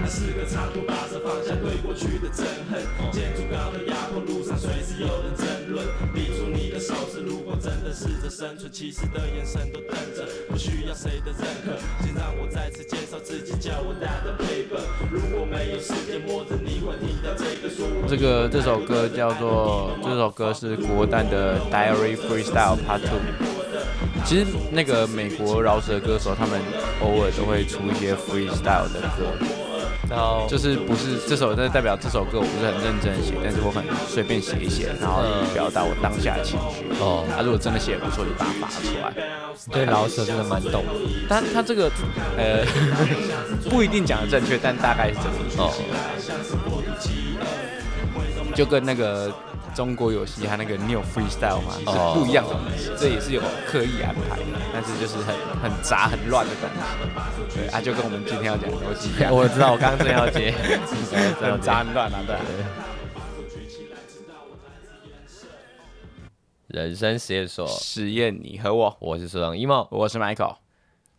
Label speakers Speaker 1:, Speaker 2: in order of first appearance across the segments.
Speaker 1: 那是个长途跋涉，放下对过去的憎恨。建筑高的压迫，路上随时有人争论。比出你的手势，如果真的试着生存，其实的眼神都瞪着，不需要谁的认可。请让我再次介绍自己，叫我大的 paper。如果没有世界末日，你会听到这个说我
Speaker 2: 这个这首歌叫做，这首歌是国蛋的 Diary Freestyle Part Two。其实那个美国饶舌歌手，他们偶尔都会出一些 freestyle 的歌，
Speaker 3: 然后
Speaker 2: 就是不是这首，那代表这首歌我不是很认真地写，但是我很随便写一写，然后表达我当下情绪。啊
Speaker 3: 哦
Speaker 2: 他、如果真的写得不错，就把它发出来。
Speaker 3: 对老舍真的蛮懂的
Speaker 2: 但他这个呃不一定讲的正确，但大概是这么意思。
Speaker 3: 哦，
Speaker 2: 就跟那个中国有嘻哈那个 New Freestyle 嘛，
Speaker 3: 哦
Speaker 2: 是不一样的东西，这也是有刻意安排的，但是就是很很杂很乱的东西。对啊，就跟我们今天要讲的东西一样，
Speaker 3: 我知道，我刚刚正 要接，
Speaker 2: 很杂很乱啊，对啊。
Speaker 3: 人生实验所，
Speaker 2: 实验你和我，
Speaker 3: 我是所长 emo。
Speaker 2: 嗯我是 Michael，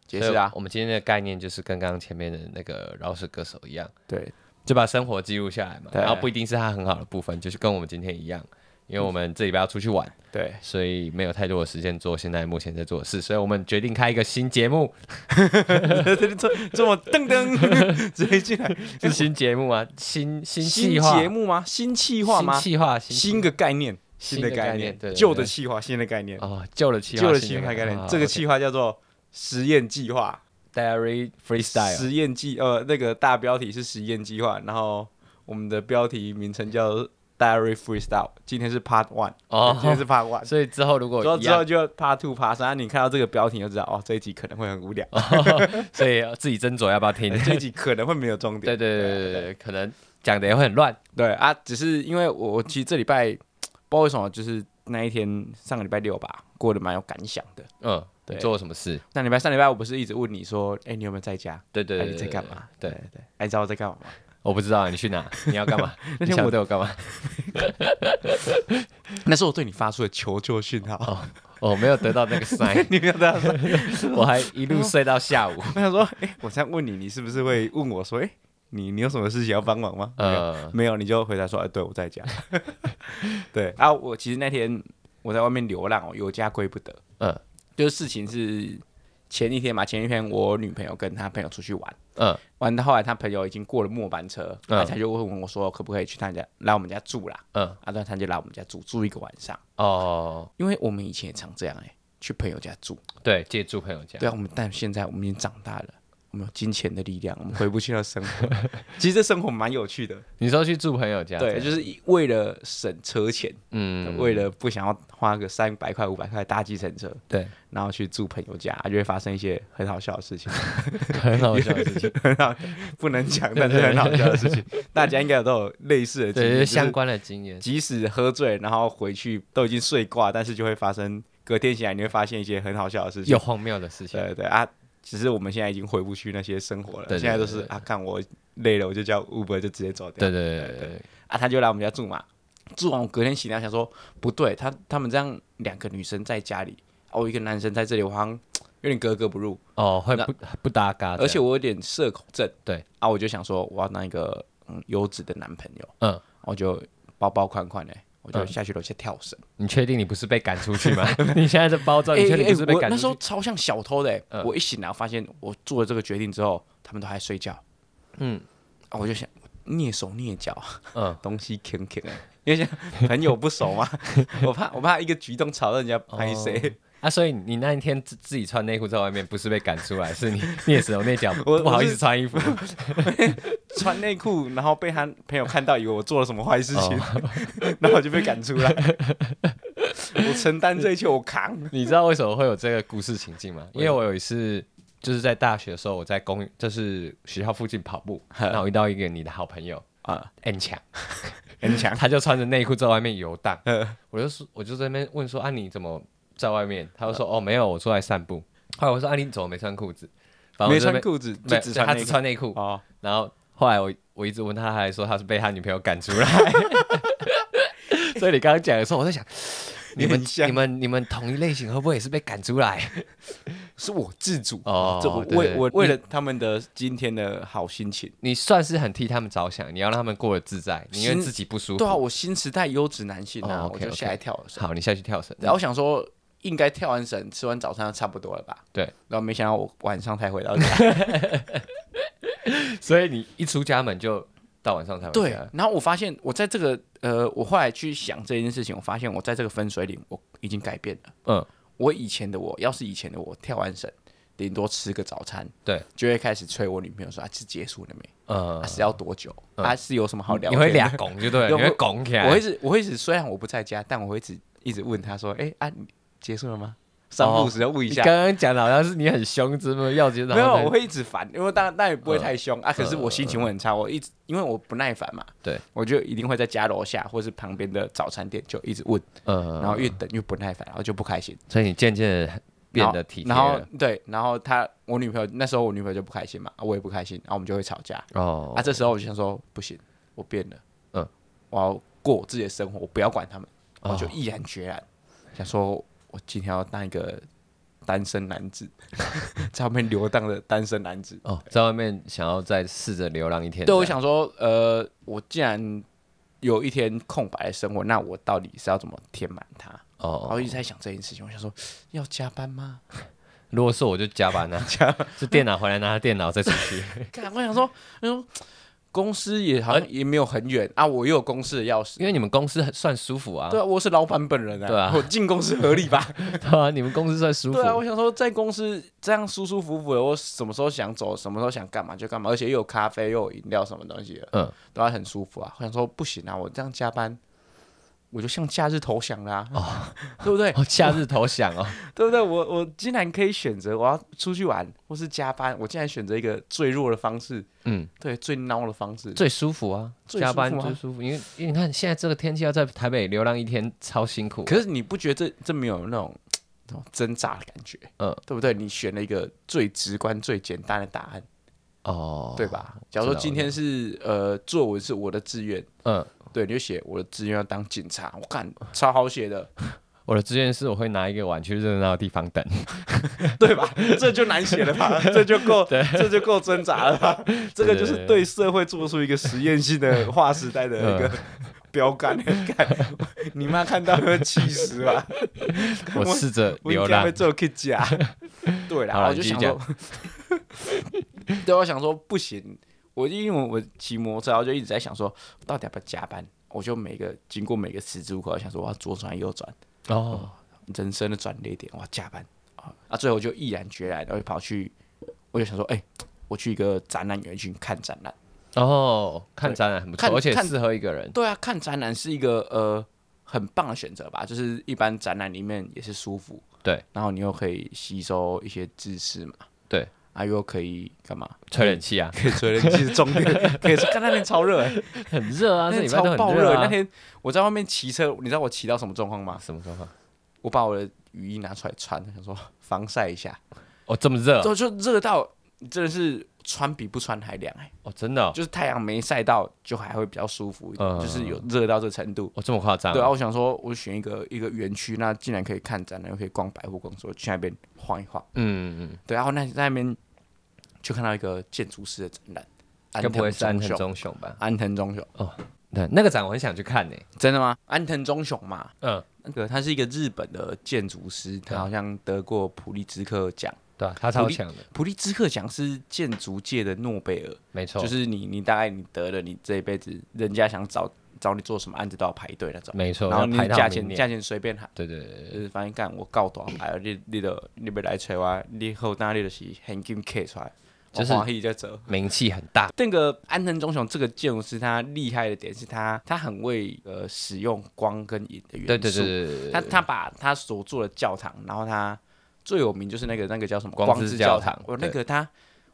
Speaker 2: 解释啊
Speaker 3: 我，们今天的概念就是跟刚刚前面的那个饶舌歌手一样，
Speaker 2: 对
Speaker 3: 就把生活记录下来嘛。
Speaker 2: 对
Speaker 3: 然后不一定是他很好的部分，就是跟我们今天一样，因为我们这礼拜要出去玩，
Speaker 2: 对，
Speaker 3: 所以没有太多的时间做现在目前在做的事，所以我们决定开一个新节目，
Speaker 2: 这这么噔噔 直接进来，
Speaker 3: 是新节目啊，新新
Speaker 2: 新
Speaker 3: 计划
Speaker 2: 节目吗？新企划吗
Speaker 3: 新？计划，
Speaker 2: 新个概念，
Speaker 3: 新
Speaker 2: 的
Speaker 3: 的
Speaker 2: 概
Speaker 3: 概念对对
Speaker 2: 旧的
Speaker 3: 对
Speaker 2: 企划，新的概念，
Speaker 3: 哦，旧的计划，
Speaker 2: 旧的
Speaker 3: 新
Speaker 2: 企划概念
Speaker 3: 哦，
Speaker 2: 这个
Speaker 3: OK
Speaker 2: 企划叫做实验计划。
Speaker 3: Diary Freestyle
Speaker 2: 实验计呃那个大标题是实验计划，然后我们的标题名称叫 Diary Freestyle，今天是 Part One，、今天
Speaker 3: 哦，
Speaker 2: 是 Part One，
Speaker 3: 所以之后如果
Speaker 2: 之后
Speaker 3: 一
Speaker 2: 之后
Speaker 3: 样，
Speaker 2: 就 Part Two、Part 三，你看到这个标题就知道哦，这一集可能会很无
Speaker 3: 哦
Speaker 2: 聊，
Speaker 3: 所以自己斟酌要不要听。
Speaker 2: 这一集可能会没有重
Speaker 3: 对对
Speaker 2: 点，
Speaker 3: 对对对对，可能讲的也会很乱。
Speaker 2: 对啊，只是因为我我其实这礼拜不知道为什么，就是那一天上个礼拜六吧，过得蛮有感想的。
Speaker 3: 嗯，
Speaker 2: 对
Speaker 3: 你做了什么事？
Speaker 2: 那礼拜上礼拜我不是一直问你说，哎、你有没有在家？
Speaker 3: 对对
Speaker 2: 哎
Speaker 3: 对，
Speaker 2: 你在
Speaker 3: 对
Speaker 2: 干嘛？
Speaker 3: 对，
Speaker 2: 对对，哎，你知道我在干嘛吗？
Speaker 3: 我不知道你去哪， 你要干嘛？
Speaker 2: 那
Speaker 3: 那
Speaker 2: 天
Speaker 3: 天
Speaker 2: 我
Speaker 3: 我对我干嘛？嗯
Speaker 2: 那是我对你发出的求救讯号。
Speaker 3: 我哦没有得到那个 sign，
Speaker 2: 你没有这样说，
Speaker 3: 我还一路睡到下午。
Speaker 2: 我想说，哎、我这样问你，你是不是会问我说，哎、你你有什么事情要帮忙吗？呃，
Speaker 3: 呃，
Speaker 2: 没有，你就回答说，哎、对我在家。 对啊，我其实那天我在外面流浪哦，有家归不得。
Speaker 3: 嗯
Speaker 2: 就是事情是前一天嘛，前一天我女朋友跟她朋友出去玩，
Speaker 3: 嗯
Speaker 2: 玩到后来她朋友已经过了末班车，
Speaker 3: 嗯
Speaker 2: 她、才就问我说，可不可以去她家来我们家住啦？
Speaker 3: 嗯，
Speaker 2: 啊，那她就来我们家住住一个晚上，
Speaker 3: 哦，
Speaker 2: 因为我们以前也常这样哎、去朋友家住。
Speaker 3: 对，借住朋友家。
Speaker 2: 对啊，我们但现在我们已经长大了，我们有金钱的力量，我们回不去那生 活。其实这生活蛮有趣的，
Speaker 3: 你说去住朋友家这样？
Speaker 2: 对，就是以为了省车钱，
Speaker 3: 嗯，
Speaker 2: 为了不想要花个三百块、五百块搭计程车，
Speaker 3: 对，
Speaker 2: 然后去住朋友家，就会发生一些很好笑的事情，
Speaker 3: 很好笑的事 情。
Speaker 2: 很好，不能讲，但是很好笑的事情，大家应该有都有类似的经
Speaker 3: 对，
Speaker 2: 历，
Speaker 3: 就
Speaker 2: 就是是
Speaker 3: 相关的经验。
Speaker 2: 即使喝醉，然后回去都已经睡挂，但是就会发生隔天醒来你会发现一些很好笑的事情
Speaker 3: 有。荒谬的事情，
Speaker 2: 对对啊，只是我们现在已经回不去那些生活了，
Speaker 3: 对对
Speaker 2: 现在都
Speaker 3: 对
Speaker 2: 是
Speaker 3: 对
Speaker 2: 啊，看我累了，我就叫 Uber 就直接走掉。
Speaker 3: 对对对对对，
Speaker 2: 啊，他就来我们家住嘛，住完我隔天醒来想说不对，他他们这样两个女生在家里，啊，我一个男生在这里，我好像有点格格不入，
Speaker 3: 哦，会不不搭嘎这样，
Speaker 2: 而且我有点社恐症。
Speaker 3: 啊对
Speaker 2: 啊，我就想说我要当一个嗯优质的男朋友，
Speaker 3: 嗯，
Speaker 2: 我就包包款款的，我就
Speaker 3: 嗯
Speaker 2: 下去楼下跳绳。
Speaker 3: 你确定你不是被赶出去 吗？你现在这包装，
Speaker 2: 哎
Speaker 3: 你确定
Speaker 2: 哎
Speaker 3: 你不是被
Speaker 2: 我
Speaker 3: 赶
Speaker 2: 那时
Speaker 3: 出
Speaker 2: 候
Speaker 3: 去？
Speaker 2: 超像小偷的、欸
Speaker 3: 嗯
Speaker 2: 我一醒来，我发现我做了这个决定之后，他们都还在睡觉。
Speaker 3: 嗯
Speaker 2: 啊，我就想蹑手蹑脚，
Speaker 3: 嗯，
Speaker 2: 东西啃啃、欸，因为像朋友不熟 嘛，我怕我怕一个举动吵到人家拍谁、
Speaker 3: 啊，所以你那一天自自己穿内裤在外面，不是被赶出来，是你蹑手蹑 脚，
Speaker 2: 我
Speaker 3: 不好意思穿衣服。
Speaker 2: 穿内裤，然后被他朋友看到，以为我做了什么坏事情，
Speaker 3: 哦
Speaker 2: 然后我就被赶出来。我承担这一切，我扛。
Speaker 3: 你知道为什么会有这个故事情境吗？因为我有一次就是在大学的时候，我在公园，就是学校附近跑 步，
Speaker 2: 嗯
Speaker 3: 然后遇到一个你的好朋友
Speaker 2: 啊
Speaker 3: 啊，N 强，
Speaker 2: 很强，
Speaker 3: 他就穿着内裤在外面游荡
Speaker 2: 嗯，
Speaker 3: 我就说，我就在那边问说啊，你怎么在外面？他就说
Speaker 2: 嗯
Speaker 3: 哦，没有，我出来散步。后来我说啊，你怎么没穿裤子？反正
Speaker 2: 没
Speaker 3: 我就
Speaker 2: 穿
Speaker 3: 被
Speaker 2: 裤子，
Speaker 3: 没
Speaker 2: 就
Speaker 3: 有，
Speaker 2: 只
Speaker 3: 对
Speaker 2: 穿
Speaker 3: 他
Speaker 2: 内
Speaker 3: 只
Speaker 2: 裤
Speaker 3: 穿内裤。
Speaker 2: 哦，
Speaker 3: 然后后来我我一直问他，他还说他是被他女朋友赶出 来。所以你刚刚讲的时候，我在想，你
Speaker 2: 你很
Speaker 3: 们
Speaker 2: 像
Speaker 3: 你们你们同一类型会不会也是被赶出来？
Speaker 2: 是我自主，
Speaker 3: 哦
Speaker 2: 这我
Speaker 3: 对
Speaker 2: 为
Speaker 3: 对
Speaker 2: 我
Speaker 3: 对
Speaker 2: 为了他们的今天的好心情。
Speaker 3: 你算是很替他们着想，你要让他们过得自在，宁愿
Speaker 2: 心
Speaker 3: 自己不舒服。
Speaker 2: 对啊，我新时代优质男性啊，
Speaker 3: 哦
Speaker 2: 我
Speaker 3: ，OK，OK
Speaker 2: 就下来跳了绳。
Speaker 3: 好，你下去跳绳。
Speaker 2: 然后我想说，应该跳完绳，吃完早餐差不多了吧？
Speaker 3: 对，
Speaker 2: 然后没想到我晚上才回到家。
Speaker 3: 所以你一出家门就到晚上才 回
Speaker 2: 对啊
Speaker 3: 家，
Speaker 2: 然后我发现我在这个呃，我后来去想这件事情，我发现我在这个分水岭，我已经改变了。
Speaker 3: 嗯，
Speaker 2: 我以前的我，要是以前的我跳完绳，顶多吃个早餐，
Speaker 3: 对，
Speaker 2: 就会开始催我女朋友说：“啊，是结束了没？
Speaker 3: 嗯
Speaker 2: 啊，，是要多久？啊，是有什么好聊？”
Speaker 3: 你会俩。拱就 对了，
Speaker 2: 对
Speaker 3: 你会拱起来。
Speaker 2: 我会一直，我会一直，虽然我不在家，但我会一直一直问她说：“哎、啊，你结束了吗？”三不五时要问一
Speaker 3: 哦你
Speaker 2: 下。
Speaker 3: 刚刚讲的好像是你很凶，怎么要接到？
Speaker 2: 没有，我会一直烦，因为当然当然也不
Speaker 3: 嗯
Speaker 2: 会太凶、啊，可是我心情会很差，我一直因为我不耐烦嘛，
Speaker 3: 对，
Speaker 2: 我就一定会在家楼下或是旁边的早餐店就一直问，
Speaker 3: 嗯，
Speaker 2: 然后越等越不耐烦，然后就不开心，
Speaker 3: 所以你渐渐地变得体贴
Speaker 2: 然后然
Speaker 3: 了
Speaker 2: 后对，然后他我女朋友那时候我女朋友就不开心嘛，啊我也不开心，然后我们就会吵架，
Speaker 3: 哦
Speaker 2: 啊，这时候我就想说不行，我变了，
Speaker 3: 嗯，
Speaker 2: 我要过我自己的生活，我不要管他们，
Speaker 3: 哦
Speaker 2: 我就毅然决然、想说，我今天要当一个单身男子， 在外面流荡的单身男子。
Speaker 3: 哦，在外面想要再试着流浪一天。
Speaker 2: 对，我，想说，呃，我既然有一天空白的生活，那我到底是要怎么填满它？然后
Speaker 3: 哦，
Speaker 2: 一直在想这件事情，我想说，要加班 吗？
Speaker 3: 如果是我就加班 啊，加是电脑回来拿电脑再出去。
Speaker 2: 看，我想说，嗯，公司也好像也没有很远啊，我又有公司的钥匙。
Speaker 3: 呃因为你们公司很算舒服啊，
Speaker 2: 对啊，我是老板本人啊，
Speaker 3: 对啊
Speaker 2: 我进公司合理吧？
Speaker 3: 对啊，你们公司算舒服
Speaker 2: 对。啊，我想说，在公司这样舒舒服服的，我什么时候想走，什么时候想干嘛就干嘛，而且又有咖啡，又有饮料，什么东西的，
Speaker 3: 嗯，
Speaker 2: 都还很舒服啊。我想说，不行啊，我这样加班，我就向假日投降啦、 对不对？
Speaker 3: 哦，夏日投降 哦，
Speaker 2: 对不对？我我竟然可以选择我要出去玩，或是加班，我竟然选择一个最弱的方式，
Speaker 3: 嗯，
Speaker 2: 对，最孬的方式。
Speaker 3: 最舒服啊，
Speaker 2: 最
Speaker 3: 加班
Speaker 2: 舒服啊
Speaker 3: 最舒服，因为因为你看现在这个天气要在台北流浪一天超辛苦，
Speaker 2: 可是你不觉得这这没有那种那种挣扎的感觉？
Speaker 3: 嗯，
Speaker 2: 对不对？你选了一个最直观、最简单的答案，
Speaker 3: 哦，
Speaker 2: 对？吧？假如说今天是呃作文是我的志愿，
Speaker 3: 嗯，
Speaker 2: 对，你就写我的志愿要当警察，我看超好写的，
Speaker 3: 我的志愿是我会拿一个碗去热闹的地方等，
Speaker 2: 对 吧？这就难写了吧？这就够，这就够挣扎了 吧？这个就是对社会做出一个实验性的划时代的一个标杆。看你妈看到会气死吧？
Speaker 3: 我试着
Speaker 2: 我
Speaker 3: 流
Speaker 2: 应该
Speaker 3: 浪
Speaker 2: 会。做 K 假。对
Speaker 3: 好
Speaker 2: 啦，
Speaker 3: 啦
Speaker 2: 我就
Speaker 3: 你继
Speaker 2: 想
Speaker 3: 续
Speaker 2: 说， 对，我想说不行，我因为我骑摩托车，然后就一直在想说，我到底要不要加班？我就每个经过每个十字路口，我想说我要左转右转，
Speaker 3: 哦，
Speaker 2: 人生的转捩点，我要加班啊！啊，最后就毅然决然，然后就跑去，我就想说，哎、我去一个展览园区看展览。
Speaker 3: 哦，看展览很不错，
Speaker 2: 看
Speaker 3: 而且
Speaker 2: 看
Speaker 3: 适合一个人。
Speaker 2: 对啊，看展览是一个呃很棒的选择吧，就是一般展览里面也是舒服，
Speaker 3: 对，
Speaker 2: 然后你又可以吸收一些知识嘛，
Speaker 3: 对，
Speaker 2: 啊又可以干嘛？
Speaker 3: 吹冷气啊，
Speaker 2: 可以吹冷气是重点， 可以说，看那天超热、欸，
Speaker 3: 很热啊，
Speaker 2: 那
Speaker 3: 这
Speaker 2: 天
Speaker 3: 礼拜
Speaker 2: 超
Speaker 3: 都
Speaker 2: 爆欸
Speaker 3: 很热啊。
Speaker 2: 那天我在外面骑车，你知道我骑到什么状况吗？
Speaker 3: 什么啊状况？
Speaker 2: 我把我的雨衣拿出来穿，想说防晒一下，
Speaker 3: 哦，这么热
Speaker 2: 就就热到真的是穿比不穿还凉哎、
Speaker 3: 哦，真的哦，
Speaker 2: 就是太阳没晒到就还会比较舒服一点，
Speaker 3: 嗯
Speaker 2: 就是有热到这程度。
Speaker 3: 哦，这么夸张啊？
Speaker 2: 对啊，我想说，我选一个一个园区，那竟然可以看展览，又可以逛百货公司，我去那边晃一晃。
Speaker 3: 嗯，嗯
Speaker 2: 对啊，然后那在那边就看到一个建筑师的展览，
Speaker 3: 嗯，
Speaker 2: 安
Speaker 3: 该不会是安藤
Speaker 2: 雄，
Speaker 3: 忠雄吧？
Speaker 2: 安藤忠雄，
Speaker 3: 对，那个展我很想去看呢。
Speaker 2: 真的吗？安藤忠雄嘛，
Speaker 3: 嗯，
Speaker 2: 那个他是一个日本的建筑师，他好像得过普利兹克奖，
Speaker 3: 对啊，他超强的，
Speaker 2: 普利兹克奖是建筑界的诺贝尔，
Speaker 3: 没错，
Speaker 2: 就是你你大概你得了，你这一辈子人家想找找你做什么案子都要排队那种，
Speaker 3: 没错，
Speaker 2: 然后你
Speaker 3: 要排到
Speaker 2: 价
Speaker 3: 明
Speaker 2: 钱
Speaker 3: 年
Speaker 2: 价钱随便喊。
Speaker 3: 对对对，
Speaker 2: 就是反正呃干我告大牌了，你你就你要来找我，你后单你就是现金拿出来，我
Speaker 3: 就是
Speaker 2: 欢喜在走。
Speaker 3: 名气很大。
Speaker 2: 那个安藤忠雄这个建筑师，他厉害的点是他他很会呃使用光跟影的元素，
Speaker 3: 对对对对对对
Speaker 2: 他他把他所做的教堂，然后他最有名就是那个那个叫什么
Speaker 3: 光之
Speaker 2: 之
Speaker 3: 教
Speaker 2: 堂
Speaker 3: 堂，
Speaker 2: 我那
Speaker 3: 对
Speaker 2: 个他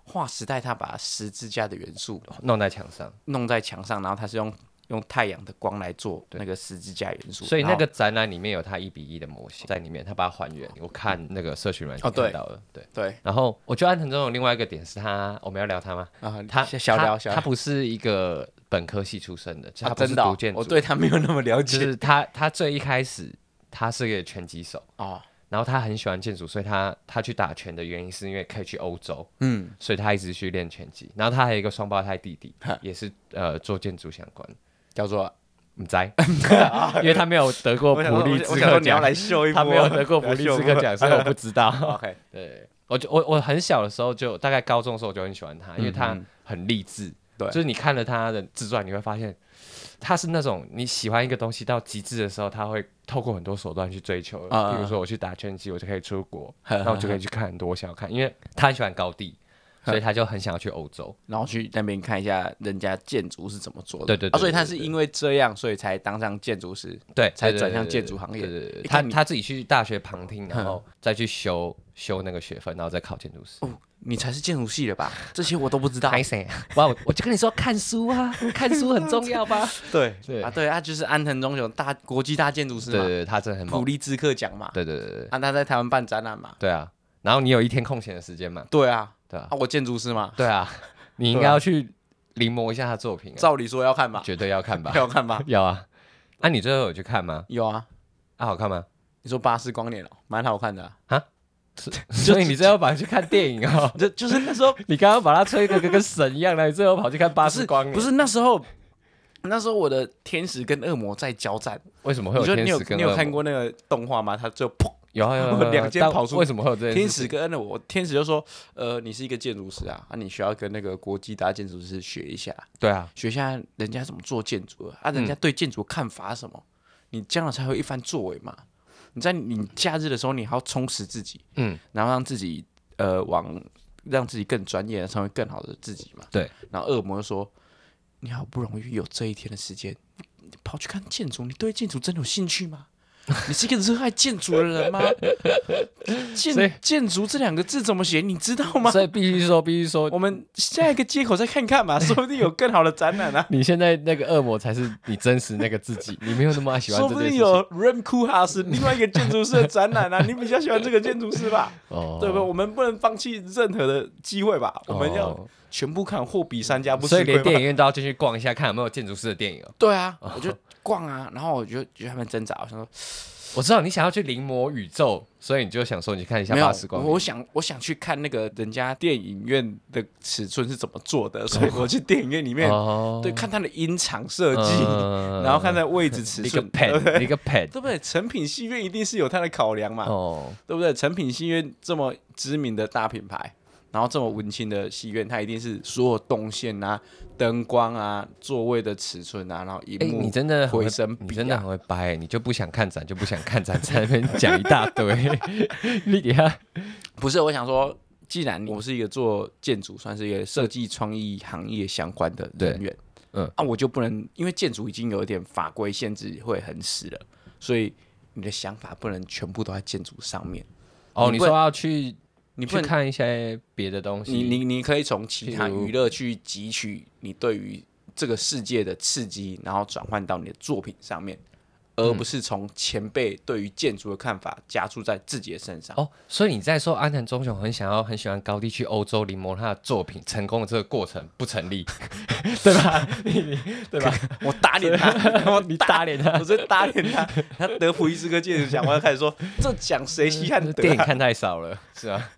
Speaker 2: 划时代，他把十字架的元素
Speaker 3: 弄在墙上，
Speaker 2: 弄在墙上，然后他是用用太阳的光来做那个十字架元素，
Speaker 3: 所以
Speaker 2: 然
Speaker 3: 那
Speaker 2: 后
Speaker 3: 个展览里面有他一比一的模型在里面，他把它还原。我看那个社群软
Speaker 2: 哦
Speaker 3: 件
Speaker 2: 对
Speaker 3: 看到了，对。
Speaker 2: 对
Speaker 3: 然后我觉得安藤忠雄另外一个点是他，我们要聊他吗？
Speaker 2: 啊，
Speaker 3: 他
Speaker 2: 小
Speaker 3: 他
Speaker 2: 聊小聊
Speaker 3: 他不是一个本科系出身的，就
Speaker 2: 啊
Speaker 3: 他不是
Speaker 2: 真的哦
Speaker 3: 读建筑，
Speaker 2: 我对他没有那么了
Speaker 3: 就
Speaker 2: 解
Speaker 3: 是他他最一开始他是个拳击手，
Speaker 2: 哦，
Speaker 3: 然后他很喜欢剑术，所以他他去打拳的原因是因为可以去欧洲，
Speaker 2: 嗯，
Speaker 3: 所以他一直去练拳击。然后他还有一个双胞胎弟弟，也是呃做建筑相关，
Speaker 2: 叫做
Speaker 3: 唔知，因为他没有得 过
Speaker 4: 我想
Speaker 3: 普
Speaker 4: 说
Speaker 3: 利
Speaker 4: 我想
Speaker 3: 兹
Speaker 4: 我想说
Speaker 3: 克
Speaker 4: 你要
Speaker 3: 奖，
Speaker 4: 来秀一波，
Speaker 3: 他没有得过普利
Speaker 4: 来
Speaker 3: 兹克
Speaker 4: 秀一波
Speaker 3: 奖，所以我不 知道。
Speaker 4: OK，
Speaker 3: 对， 我就我我很小的时候就大概高中的时候我就很喜欢他，因为他很励志。
Speaker 2: 对
Speaker 3: 就是你看了他的自传，你会发现他是那种你喜欢一个东西到极致的时候，他会透过很多手段去追求。
Speaker 2: 啊啊
Speaker 3: 比如说我去打拳击，我就可以出国，
Speaker 2: 呵呵呵
Speaker 3: 然后我就可以去看很多我想要看，因为他很喜欢高地，所以他就很想要去欧洲。
Speaker 2: 然后去那边看一下人家建筑是怎么做的。
Speaker 3: 对对
Speaker 2: 啊，
Speaker 3: 对
Speaker 2: 所以他是
Speaker 3: 对对
Speaker 2: 因为这样，所以才当上建筑师。
Speaker 3: 对，
Speaker 2: 才
Speaker 3: 对
Speaker 2: 转向建筑行业
Speaker 3: 对对对
Speaker 2: 一
Speaker 3: 对他
Speaker 2: 看你
Speaker 3: 他自己去大学旁听，然后再去修修那个学分，然后再考建筑师。
Speaker 2: 哦，你才是建筑系的吧？这些我都不知道。
Speaker 3: 拍谁啊？哇，我我就跟你说看书啊，看书很重要吧？
Speaker 4: 对，。
Speaker 3: 对
Speaker 2: 啊，对啊，就是安藤忠雄大国际大建筑师
Speaker 3: 对对
Speaker 2: 嘛，
Speaker 3: 对，他真的很
Speaker 2: 普
Speaker 3: 猛。
Speaker 2: 利兹克奖嘛，
Speaker 3: 对对对对对
Speaker 2: 啊，他在台湾办展览嘛。
Speaker 3: 对啊！然后你有一天空闲的时间嘛？
Speaker 2: 对啊，
Speaker 3: 对啊
Speaker 2: 啊，，我建筑师嘛，
Speaker 3: 对啊，你应该要去临摹一下他作品啊，
Speaker 2: 照理说要看吧，？
Speaker 3: 绝对要看吧
Speaker 2: 要看吧，
Speaker 3: 要啊！啊，你最后有去看吗？
Speaker 2: 有啊。
Speaker 3: 啊，好看吗？
Speaker 2: 你说巴斯光年哦，蛮好看的啊，
Speaker 3: 所以你最后跑去看电影哦
Speaker 4: 就就是那 时候
Speaker 3: 你刚刚把他吹的跟跟神一样的，你最后跑去看《巴
Speaker 2: 不
Speaker 3: 斯
Speaker 2: 是
Speaker 3: 光年》
Speaker 2: 不是那时候，那时候我的天使跟恶魔在交战，
Speaker 3: 为什么
Speaker 2: 你
Speaker 3: 会有
Speaker 2: 说你
Speaker 3: 天
Speaker 2: 有
Speaker 3: 使跟
Speaker 2: 你
Speaker 3: 恶
Speaker 2: 有
Speaker 3: 魔
Speaker 2: 看？过那个动画吗？他最后砰，
Speaker 3: 有啊有啊有啊
Speaker 4: 两间
Speaker 3: 但
Speaker 4: 跑出
Speaker 3: 为什么会有这件
Speaker 2: 天
Speaker 3: 事
Speaker 2: 使跟恶魔，天使就说，呃，你是一个建筑师啊，啊，你需要跟那个国际大建筑师学一下，
Speaker 3: 对啊，
Speaker 2: 学一下人家怎么做建筑啊，啊，
Speaker 3: 嗯
Speaker 2: 人家对建筑看法什么，你将来才会一番作为嘛。你在你假日的时候，你还要充实自己，
Speaker 3: 嗯，
Speaker 2: 然后让自己呃往让自己更专业，成为更好的自己嘛。
Speaker 3: 对。
Speaker 2: 然后恶魔就说：“你好不容易有这一天的时间，你跑去看建筑，你对建筑真的有兴趣 吗？你是一个热爱建筑的人吗？
Speaker 3: 所以
Speaker 2: 建建筑这两个字怎么写，你知道吗？
Speaker 3: 所以必须说必须说
Speaker 2: 我们下一个街口再看看 嘛，说不定有更好的展览啊。”
Speaker 3: 你现在那个恶魔才是你真实那个自己，你没有那么爱喜欢
Speaker 2: 说
Speaker 3: 这
Speaker 2: 不
Speaker 3: 件
Speaker 2: 定
Speaker 3: 事
Speaker 2: 有 Rem Koolhaas 另外一个建筑师的展览 啊，你比较喜欢这个建筑师吧？
Speaker 3: 哦
Speaker 2: 对不对？我们不能放弃任何的机会吧？我们要
Speaker 3: 哦
Speaker 2: 全部看货比三家不吃
Speaker 3: 所以
Speaker 2: 亏
Speaker 3: 连电
Speaker 2: 吧。
Speaker 3: 影院都要进去逛一下，看有没有建筑师的电影哦。
Speaker 2: 对啊，我就逛啊，然后我就觉得他们挣扎，我想说
Speaker 3: 我知道你想要去临摹宇宙，所以你就想说你去看一下
Speaker 2: 没有
Speaker 3: 巴斯，光
Speaker 2: 我
Speaker 3: 年。
Speaker 2: 我想我想去看那个人家电影院的尺寸是怎么做的，所以我去电影院里面
Speaker 3: 哦
Speaker 2: 对看它的音场设计，
Speaker 3: 嗯
Speaker 2: 然后看它的位置尺
Speaker 3: 一个
Speaker 2: 寸， 对不
Speaker 3: pad，
Speaker 2: 对啊
Speaker 3: 一个 pad。
Speaker 2: 对不对？成品戏院一定是有它的考量嘛。
Speaker 3: 哦，
Speaker 2: 对不对？诚品戏院这么知名的大品牌，然后这么文青的戏院，它一定是所有动线啊、灯光啊、座位的尺寸啊，然后荧
Speaker 3: 哎，
Speaker 2: 幕、
Speaker 3: 你真的很会
Speaker 2: 回声比、啊，
Speaker 3: 你真的很会掰，欸你就不想看展就不想看展，在那边讲一大堆。 你底下
Speaker 2: 不是？我想说，既然我是一个做建筑，算是一个设计创意行业相关的人员，
Speaker 3: 对嗯
Speaker 2: 啊，我就不能因为建筑已经有一点法规限制会很死了，所以你的想法不能全部都在建筑上面，
Speaker 3: 哦，
Speaker 2: 你
Speaker 3: 你
Speaker 2: 不
Speaker 3: 说要去
Speaker 2: 你不
Speaker 3: 去
Speaker 2: 能
Speaker 3: 看一些别的东西，
Speaker 2: 你你你可以从其他
Speaker 3: 譬如
Speaker 2: 娱乐去汲取你对于这个世界的刺激，然后转换到你的作品上面，
Speaker 3: 嗯
Speaker 2: 而不是从前辈对于建筑的看法加注在自己的身上。
Speaker 3: 哦，所以你在说安藤忠雄很想要、很喜欢高地去欧洲临摹他的作品，成功的这个过程不成立，对吧？你你对吧？
Speaker 2: 我打脸他，我
Speaker 3: 你打脸他
Speaker 2: 我真的打脸他。他得普利兹克建筑奖，我就开始 说这奖谁稀罕得、
Speaker 3: 电影
Speaker 2: 啊？
Speaker 3: 看太少了，是啊，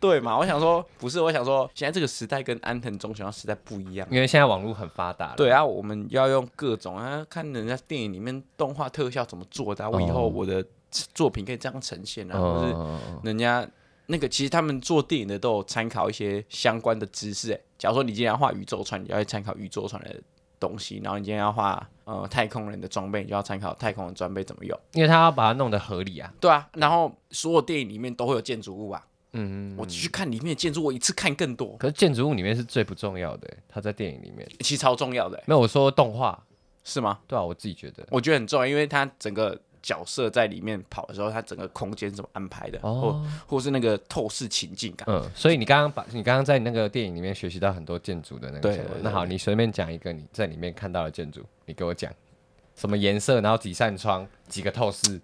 Speaker 2: 对嘛？我想说不是，我想说现在这个时代跟安藤忠雄的时代不一样。
Speaker 3: 因为现在网络很发达了。
Speaker 2: 对啊，我们要用各种啊，看人家电影里面动画特效怎么做的、啊，我以后
Speaker 3: 哦
Speaker 2: 我的作品可以这样呈现啊，或是
Speaker 3: 嗯，
Speaker 2: 人家那个其实他们做电影的都有参考一些相关的知识、欸。假如说你今天要画宇宙船，你就要参考宇宙船的东西；然后你今天要画呃太空人的装备，你就要参考太空人装备怎么用。
Speaker 3: 因为他要把它弄得合理啊。
Speaker 2: 对啊，然后所有电影里面都会有建筑物啊，
Speaker 3: 嗯，
Speaker 2: 我去看里面的建筑，我一次看更多，
Speaker 3: 可是建筑物里面是最不重要的，他在电影里面
Speaker 2: 其实超重要的、欸，
Speaker 3: 没有。我说动画，
Speaker 2: 是吗？
Speaker 3: 对啊，我自己觉得。
Speaker 2: 我觉得很重要，因为他整个角色在里面跑的时候，他整个空间怎么安排的，
Speaker 3: 哦
Speaker 2: 或或是那个透视情境感。
Speaker 3: 嗯，所以你刚刚把你刚刚在那个电影里面学习到很多建筑的那个
Speaker 2: 对
Speaker 3: 什么
Speaker 2: 对对
Speaker 3: 那好，你随便讲一个你在里面看到的建筑，你给我讲什么颜色，然后几扇窗，几个透视。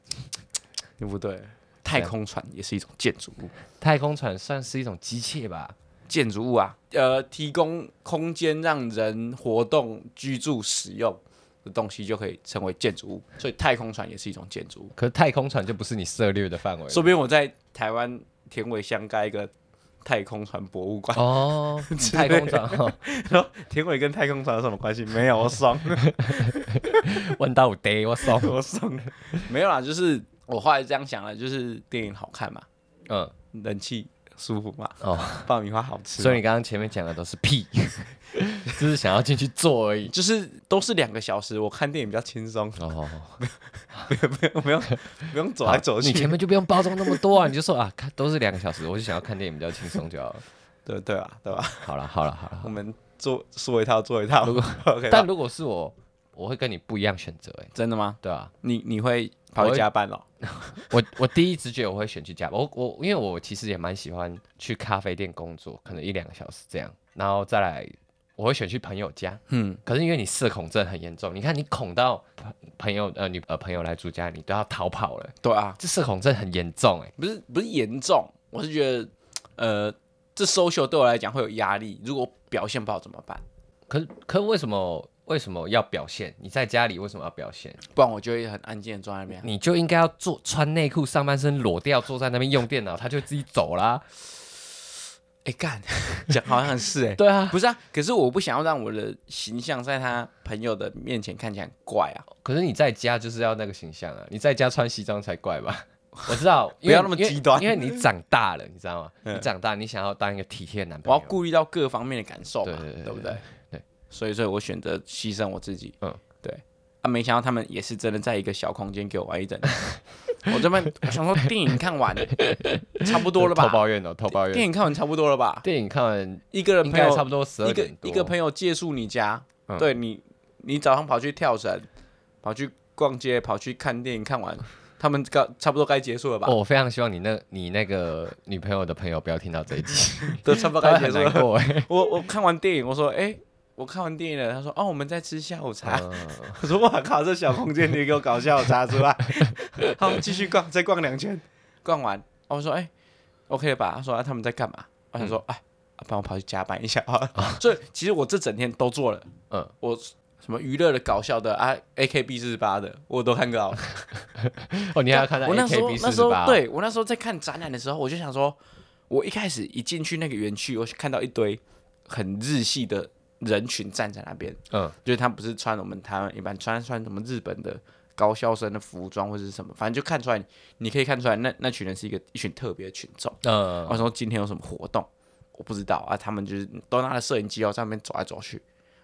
Speaker 2: 对不对？太空船也是一种建筑物，
Speaker 3: 太空船算是一种机械吧？
Speaker 2: 建筑物啊，呃，提供空间让人活动、居住、使用，的东西就可以成为建筑物，所以太空船也是一种建筑物。
Speaker 3: 可是太空船就不是你涉猎的范围
Speaker 2: 说不定我在台湾田尾乡盖一个太空船博物馆，
Speaker 3: 哦，太空船哦，
Speaker 4: 然后田尾跟太空船有什么关系？没有，我 爽，
Speaker 3: 问到 day 我操，
Speaker 4: 我爽。
Speaker 2: 没有啦，就是我后来这样想了，就是电影好看嘛，
Speaker 3: 嗯
Speaker 2: 人气舒服嘛，
Speaker 3: 哦，
Speaker 4: 爆米花好吃吗，
Speaker 3: 所以你刚刚前面讲的都是 屁，只是想要进去做而已。
Speaker 2: 就是都是两个小时，我看电影比较轻松，
Speaker 3: 哦，
Speaker 4: 不用不 用不用走来走去，
Speaker 3: 你前面就不用包装那么多啊，你就说啊，看都是两个小时，我就想要看电影比较轻松就好了。
Speaker 4: 对对吧？对吧？
Speaker 3: 好了，好了，好了。
Speaker 4: 我们做说一套做一套
Speaker 3: 如果
Speaker 4: ，OK 吧
Speaker 3: 但如果是我，我会跟你不一样选择，哎，
Speaker 2: 真的吗？
Speaker 3: 对啊，
Speaker 2: 你你会跑
Speaker 3: 我
Speaker 2: 去
Speaker 3: 会
Speaker 2: 加班哦？
Speaker 3: 我我第一直觉我会选去加班，我我因为我其实也蛮喜欢去咖啡店工作，可能一两个小时这样，然后再来我会选去朋友家。
Speaker 2: 嗯，
Speaker 3: 可是因为你社恐症很严重，你看你恐到朋朋友呃女呃朋友来住家，你都要逃跑了，
Speaker 2: 对啊，
Speaker 3: 这社恐症很严重哎、
Speaker 2: 不是不是严重，我是觉得，呃，这 social 对我来讲会有压力，如果表现不好怎么办？
Speaker 3: 可是可是为什么为什么要表现？你在家里为什么要表现？
Speaker 2: 不然我就会很安静的坐在 那边啊。
Speaker 3: 你就应该要做穿内裤、上半身裸掉，坐在那边用电脑，他就自己走啦。
Speaker 2: 哎 干，讲好像是哎、
Speaker 3: 对啊，
Speaker 2: 不是啊，可是我不想要让我的形象在他朋友的面前看起来很怪啊，
Speaker 3: 可是你在家就是要那个形象啊，你在家穿西装才怪吧？ 我知 道，因为
Speaker 2: 不要那么极端嗯
Speaker 3: 因为因为你长大了，你知 道吗？你长大，你想要当一个体贴的男
Speaker 2: 我
Speaker 3: 朋
Speaker 2: 要
Speaker 3: 友，
Speaker 2: 顾虑到各方面的感受嘛，
Speaker 3: 对对对对
Speaker 2: 不对？
Speaker 3: 对，
Speaker 2: 所以所以我选择牺牲我自己。嗯
Speaker 3: 嗯，
Speaker 2: 对。啊，没想到他们也是真的在一个小空间给我玩一整天。 我这边我想说电影看 完差不多了
Speaker 3: 偷
Speaker 2: 吧？
Speaker 3: 抱怨哦，偷抱
Speaker 2: 电
Speaker 3: 怨。
Speaker 2: 影看完差不多了吧？
Speaker 3: 电影看完
Speaker 2: 一个人
Speaker 3: 应
Speaker 2: 朋
Speaker 3: 该
Speaker 2: 友
Speaker 3: 差不多十二
Speaker 2: 一个
Speaker 3: 点多，
Speaker 2: 一个朋友借宿你家，
Speaker 3: 嗯
Speaker 2: 对你，你早上跑去跳绳，跑去逛街，跑去看电影，看 完，他们该差不多该结束了吧？
Speaker 3: 哦我非常希望你那你那个女朋友的朋友不要听到这一集，
Speaker 2: 都差不多
Speaker 3: 他
Speaker 2: 该
Speaker 3: 会
Speaker 2: 结
Speaker 3: 很
Speaker 2: 束
Speaker 3: 难
Speaker 2: 了。
Speaker 3: 过哎。
Speaker 2: 我我看完电影，我说，哎、我看完电影了。他说，哦，我们在吃下午茶。
Speaker 3: 嗯
Speaker 4: 我说哇靠，这小空间你给我搞笑啥 出来？好，我们继续逛，再逛两圈。
Speaker 2: 逛完，哦我说，哎、o k 了吧？他说、啊、他们在干嘛？我想说，
Speaker 4: 嗯
Speaker 2: 哎、啊，帮、我跑去加班一下 啊。所以其实我这整天都做了，
Speaker 3: 嗯，
Speaker 2: 我什么娱乐的、搞笑的啊，AKB 四十八的，我都看到。
Speaker 3: 哦，你还要看到
Speaker 2: 我那时候
Speaker 3: AKB
Speaker 2: 那
Speaker 3: 四
Speaker 2: 时
Speaker 3: 十
Speaker 2: 候
Speaker 3: 八，，
Speaker 2: 对我那时候在看展览的时候，我就想说，我一开始一进去那个园区，我就看到一堆很日系的人群站在那边，
Speaker 3: 嗯，
Speaker 2: 就是他不是穿我们台湾一般穿穿什么日本的高校生的服装或者是什么，反正就看出来，你可以看出来那那群人是一个一群特别的群众。
Speaker 3: 嗯，
Speaker 2: 我说今天有什么活动，我不知道啊，他们就是都拿着摄影机哦，在那边走来走去，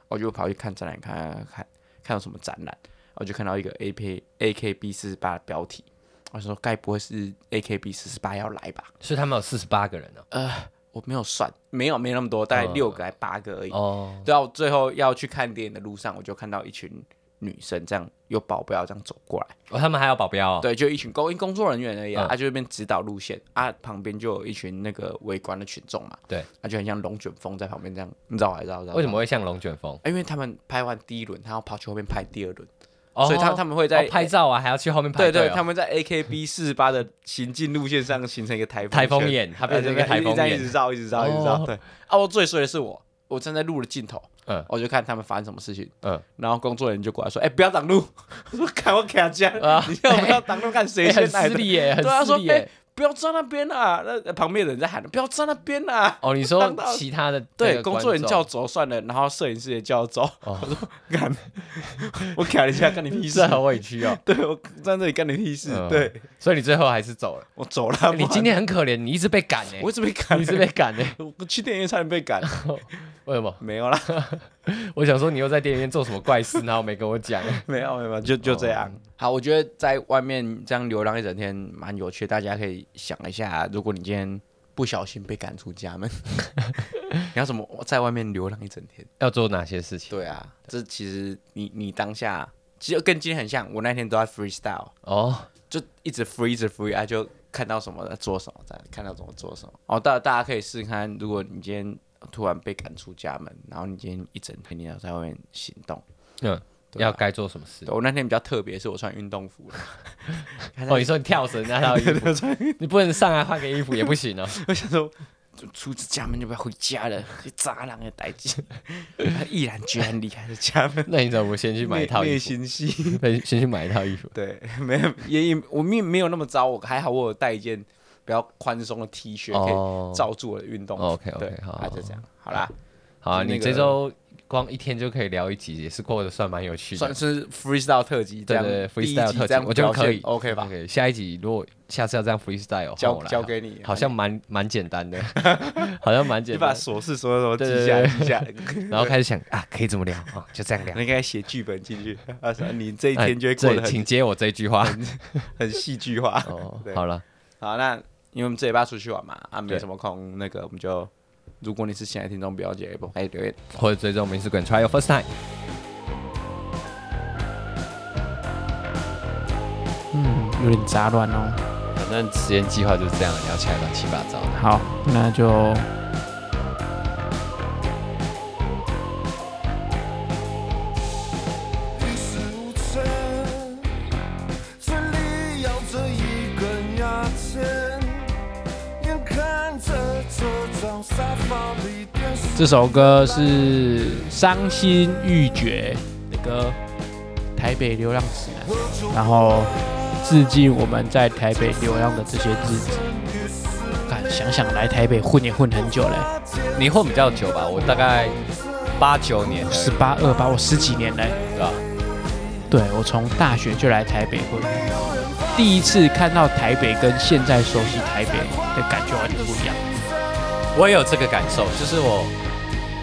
Speaker 2: 我就跑去看展览，看看看看有什么展览，我就看到一个 A K A K B 四十八的标题，我说该不会是 A K B 四十八要来吧？
Speaker 3: 所以他们有四十八个人哦。
Speaker 2: 我没有算，没有没那么多，大概六个还八个而已。
Speaker 3: 哦，
Speaker 2: 对啊，我最后要去看电影的路上，我就看到一群女生这样有保镖这样走过来。
Speaker 3: 哦他们还有保镖哦。
Speaker 2: 对，就一群工工作人员而已啊，
Speaker 3: 嗯
Speaker 2: 他就那边指导路线啊，旁边就有一群那个围观的群众嘛，
Speaker 3: 对，
Speaker 2: 他就很像龙卷风在旁边这样绕来绕绕。
Speaker 3: 为什么？会像龙卷风？
Speaker 2: 啊因为他们拍完第一轮，他要跑去后面拍第二轮，
Speaker 3: 哦
Speaker 2: 所以他他们会在
Speaker 3: 哦拍照啊，还要去后面拍
Speaker 2: 对
Speaker 3: 队哦。
Speaker 2: 对，他们在 AKB 四十八的行进路线上形成一个台风
Speaker 3: 台风
Speaker 2: 圈
Speaker 3: 眼，他变成一个
Speaker 4: 呃
Speaker 3: 台
Speaker 4: 一
Speaker 3: 风
Speaker 4: 直在一
Speaker 3: 眼
Speaker 4: 直。绕，一直绕，一直绕。
Speaker 3: 哦
Speaker 4: 对，
Speaker 2: 啊！我最衰的是我，我站在路的尽头，
Speaker 3: 嗯
Speaker 2: 我就看他们发生什么事情，
Speaker 3: 嗯，
Speaker 2: 然后工作人员就过来说：“哎，不要挡路，
Speaker 4: 我说看我卡家，
Speaker 3: 啊
Speaker 4: 你要不要挡路看谁
Speaker 3: 欸很
Speaker 4: 先来
Speaker 3: 失
Speaker 4: 的？
Speaker 3: 礼耶，很
Speaker 2: 对啊
Speaker 3: 失
Speaker 2: 说
Speaker 3: 礼
Speaker 2: 哎
Speaker 3: 耶。
Speaker 2: 不要站那边啊！”那呃旁边的人在喊：“不要站那边啊！”
Speaker 3: 哦，你
Speaker 2: 当
Speaker 3: 说
Speaker 2: 到
Speaker 3: 其他的那
Speaker 2: 对，
Speaker 3: 个
Speaker 2: 工
Speaker 3: 观
Speaker 2: 作人员
Speaker 3: 众
Speaker 2: 叫我走算了，然后摄影师也叫我走。
Speaker 3: 哦
Speaker 2: 我说干， 我卡了一下，干你屁事
Speaker 3: 是！ 很委屈哦。
Speaker 4: 对我站这里干你屁事？
Speaker 3: 嗯
Speaker 4: 对
Speaker 3: 所以你最后还是走了。
Speaker 4: 我走了。
Speaker 2: 哎啊
Speaker 3: 欸你
Speaker 4: 不然
Speaker 3: 今天很可怜，你一直被赶哎
Speaker 4: 我，一直被赶，
Speaker 3: 你 一直被赶哎。
Speaker 4: 我去电影院差点被赶，
Speaker 3: 为什么？
Speaker 4: 没 有啦，
Speaker 3: 我想说你又在电影院做什么怪事，然后没跟我讲。
Speaker 4: 没有没有，没有就就这样。
Speaker 2: 哦好，我觉得在外面这样流浪一整天蛮有趣的，大家可以想一下，如果你今天不小心被赶出家门， 你要怎么在外面流浪一整天？
Speaker 3: 要做哪些事情？
Speaker 2: 对啊，这其实你你当下其实跟今天很像，我那天都在 freestyle，
Speaker 3: 哦，
Speaker 2: 就一直 free 一直 free 啊，就看到什么做什么，这样看到什么做什么。哦，大大家可以试试看，如果你今天突然被赶出家门，然后你今天一整天你要在外面行动。
Speaker 3: 嗯，
Speaker 2: 对啊
Speaker 3: 要该做什么事
Speaker 2: 对？啊我那天比较特别，是我穿运动服 了。
Speaker 3: 哦，你说你跳绳那套衣服，你不能上来换个衣服也不行哦。
Speaker 4: 我想说，
Speaker 2: 就出家门就不要回家了， 这渣男的代志，他 毅然决然离开了家 门。
Speaker 3: 那你怎么先去买一套
Speaker 2: 内
Speaker 3: 衣
Speaker 2: 内
Speaker 3: 服？
Speaker 2: 心戏，
Speaker 3: 先先去买一套衣服。
Speaker 2: 对， 没有也也我没没有那么糟，我还好我有带一件比较宽松的 T 恤，
Speaker 3: 哦
Speaker 2: 可以罩住我的运动服。
Speaker 3: 哦，OK，OK，
Speaker 2: 对
Speaker 3: 好
Speaker 2: 啊就这样，好啦，
Speaker 3: 好啊，
Speaker 2: 就那
Speaker 3: 你
Speaker 2: 个
Speaker 3: 这周光一天就可以聊一集，也是过得算蛮有趣的。
Speaker 2: 算是 freestyle 特辑这
Speaker 3: 对
Speaker 2: 样
Speaker 3: 对对
Speaker 2: 第一集
Speaker 3: ，freestyle 特
Speaker 2: 这
Speaker 3: 辑
Speaker 2: 样，
Speaker 3: 我觉得可以
Speaker 2: 表现 OK 吧？
Speaker 3: OK，下一集如果下次要这样 freestyle，换
Speaker 2: 交
Speaker 3: 我来
Speaker 2: 交
Speaker 3: 好
Speaker 2: 给你
Speaker 3: 好像蛮蛮简单的， 好像蛮
Speaker 2: 你
Speaker 3: 简
Speaker 2: 把
Speaker 3: 单。
Speaker 2: 琐事说什么
Speaker 3: 对
Speaker 2: 记下来，记下 来，
Speaker 3: 然后开始想啊，可以怎么聊 啊？就这样聊
Speaker 2: 你。应该写剧本进去。啊，你 这一
Speaker 3: 哎
Speaker 2: 天就会过
Speaker 3: 这
Speaker 2: 得很
Speaker 3: 请接我这一 句话。
Speaker 2: 很戏剧化。
Speaker 3: 哦
Speaker 2: 对，
Speaker 3: 好了，
Speaker 2: 好，那因为我们这礼拜出去玩嘛，啊，没
Speaker 3: 对
Speaker 2: 什么空，那个我们就，如果你是新来听众，不要介意，不可以留言。
Speaker 3: 或者追踪我们 Instagram try your first time。
Speaker 5: 嗯，有点杂乱哦。
Speaker 3: 反正实验计划就是这样，聊起来乱七八糟的。
Speaker 5: 好，那就
Speaker 6: 于是无声，嘴里咬着一根牙签，眼看着这张沙发里电视。
Speaker 5: 这首歌是《伤心欲绝》的歌，《台北流浪指南》，然后致敬我们在台北流浪的这些日子。看，想想来台北混也混很久嘞、
Speaker 3: 你混比较久吧，我大概八九年了，
Speaker 5: 十八二八，我十几年嘞、
Speaker 3: 对吧？
Speaker 5: 对我从大学就来台北混，第一次看到台北跟现在熟悉台北的感觉完全不一样。
Speaker 3: 我也有这个感受，就是我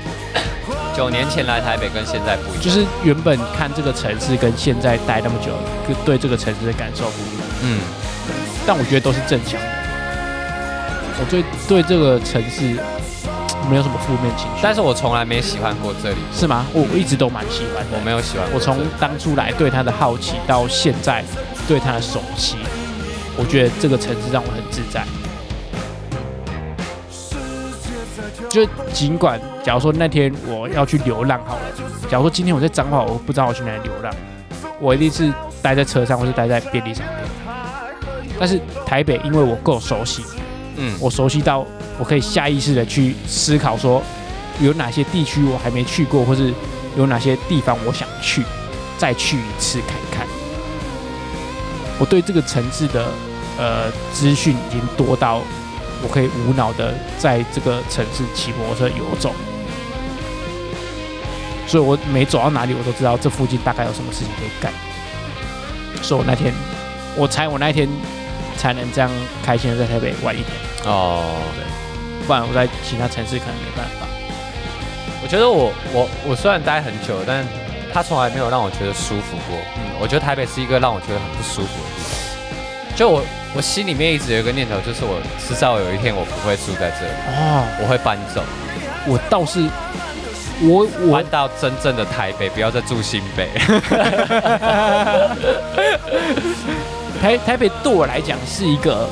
Speaker 3: 九年前来台北跟现在不一样。
Speaker 5: 就是原本看这个城市跟现在待那么久，跟对这个城市的感受不一样。
Speaker 3: 嗯，
Speaker 5: 但我觉得都是正向的。我对对这个城市没有什么负面情绪，
Speaker 3: 但是我从来没喜欢过这里，
Speaker 5: 是吗？我我一直都蛮喜欢的。
Speaker 3: 我没有喜欢
Speaker 5: 我
Speaker 3: 过这
Speaker 5: 从
Speaker 3: 里。
Speaker 5: 当初来对它的好奇到现在对它的熟悉，我觉得这个城市让我很自在。就尽管，假如说那天我要去流浪好了，假如说今天我在彰化，我不知道我去哪里流浪，我一定是待在车上，或是待在便利商店。但是台北，因为我够熟悉，
Speaker 3: 嗯，
Speaker 5: 我熟悉到我可以下意识的去思考说，有哪些地区我还没去过，或是有哪些地方我想去，再去一次看看。我对这个城市的呃资讯已经多到我可以无脑的在这个城市骑摩托车游走，所以我每走到哪里，我都知道这附近大概有什么事情可以干。所以我那天，我猜我那一天才能这样开心的在台北玩一天。
Speaker 3: 哦，对。
Speaker 5: 不然我在其他城市可能没办法。
Speaker 3: 我觉得我我我虽然待很久，但它从来没有让我觉得舒服过。嗯，我觉得台北是一个让我觉得很不舒服的地方。就我我心里面一直有一个念头，就是我迟早有一天我不会住在这里，
Speaker 5: 哦，
Speaker 3: 我会搬走，
Speaker 5: 我倒是，我我
Speaker 3: 搬到真正的台北，不要再住新北。
Speaker 5: 台台北对我来讲是一个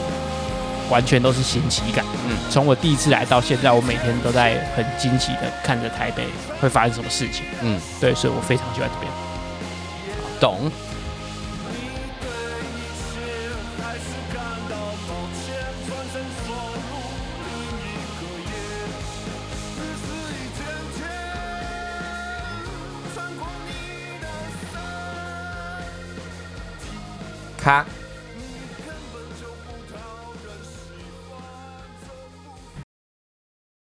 Speaker 5: 完全都是新奇感。嗯，从我第一次来到现在，我每天都在很惊奇的看着台北会发生什么事情。
Speaker 3: 嗯，
Speaker 5: 对，所以我非常喜欢这边。
Speaker 3: 懂。
Speaker 2: 咔。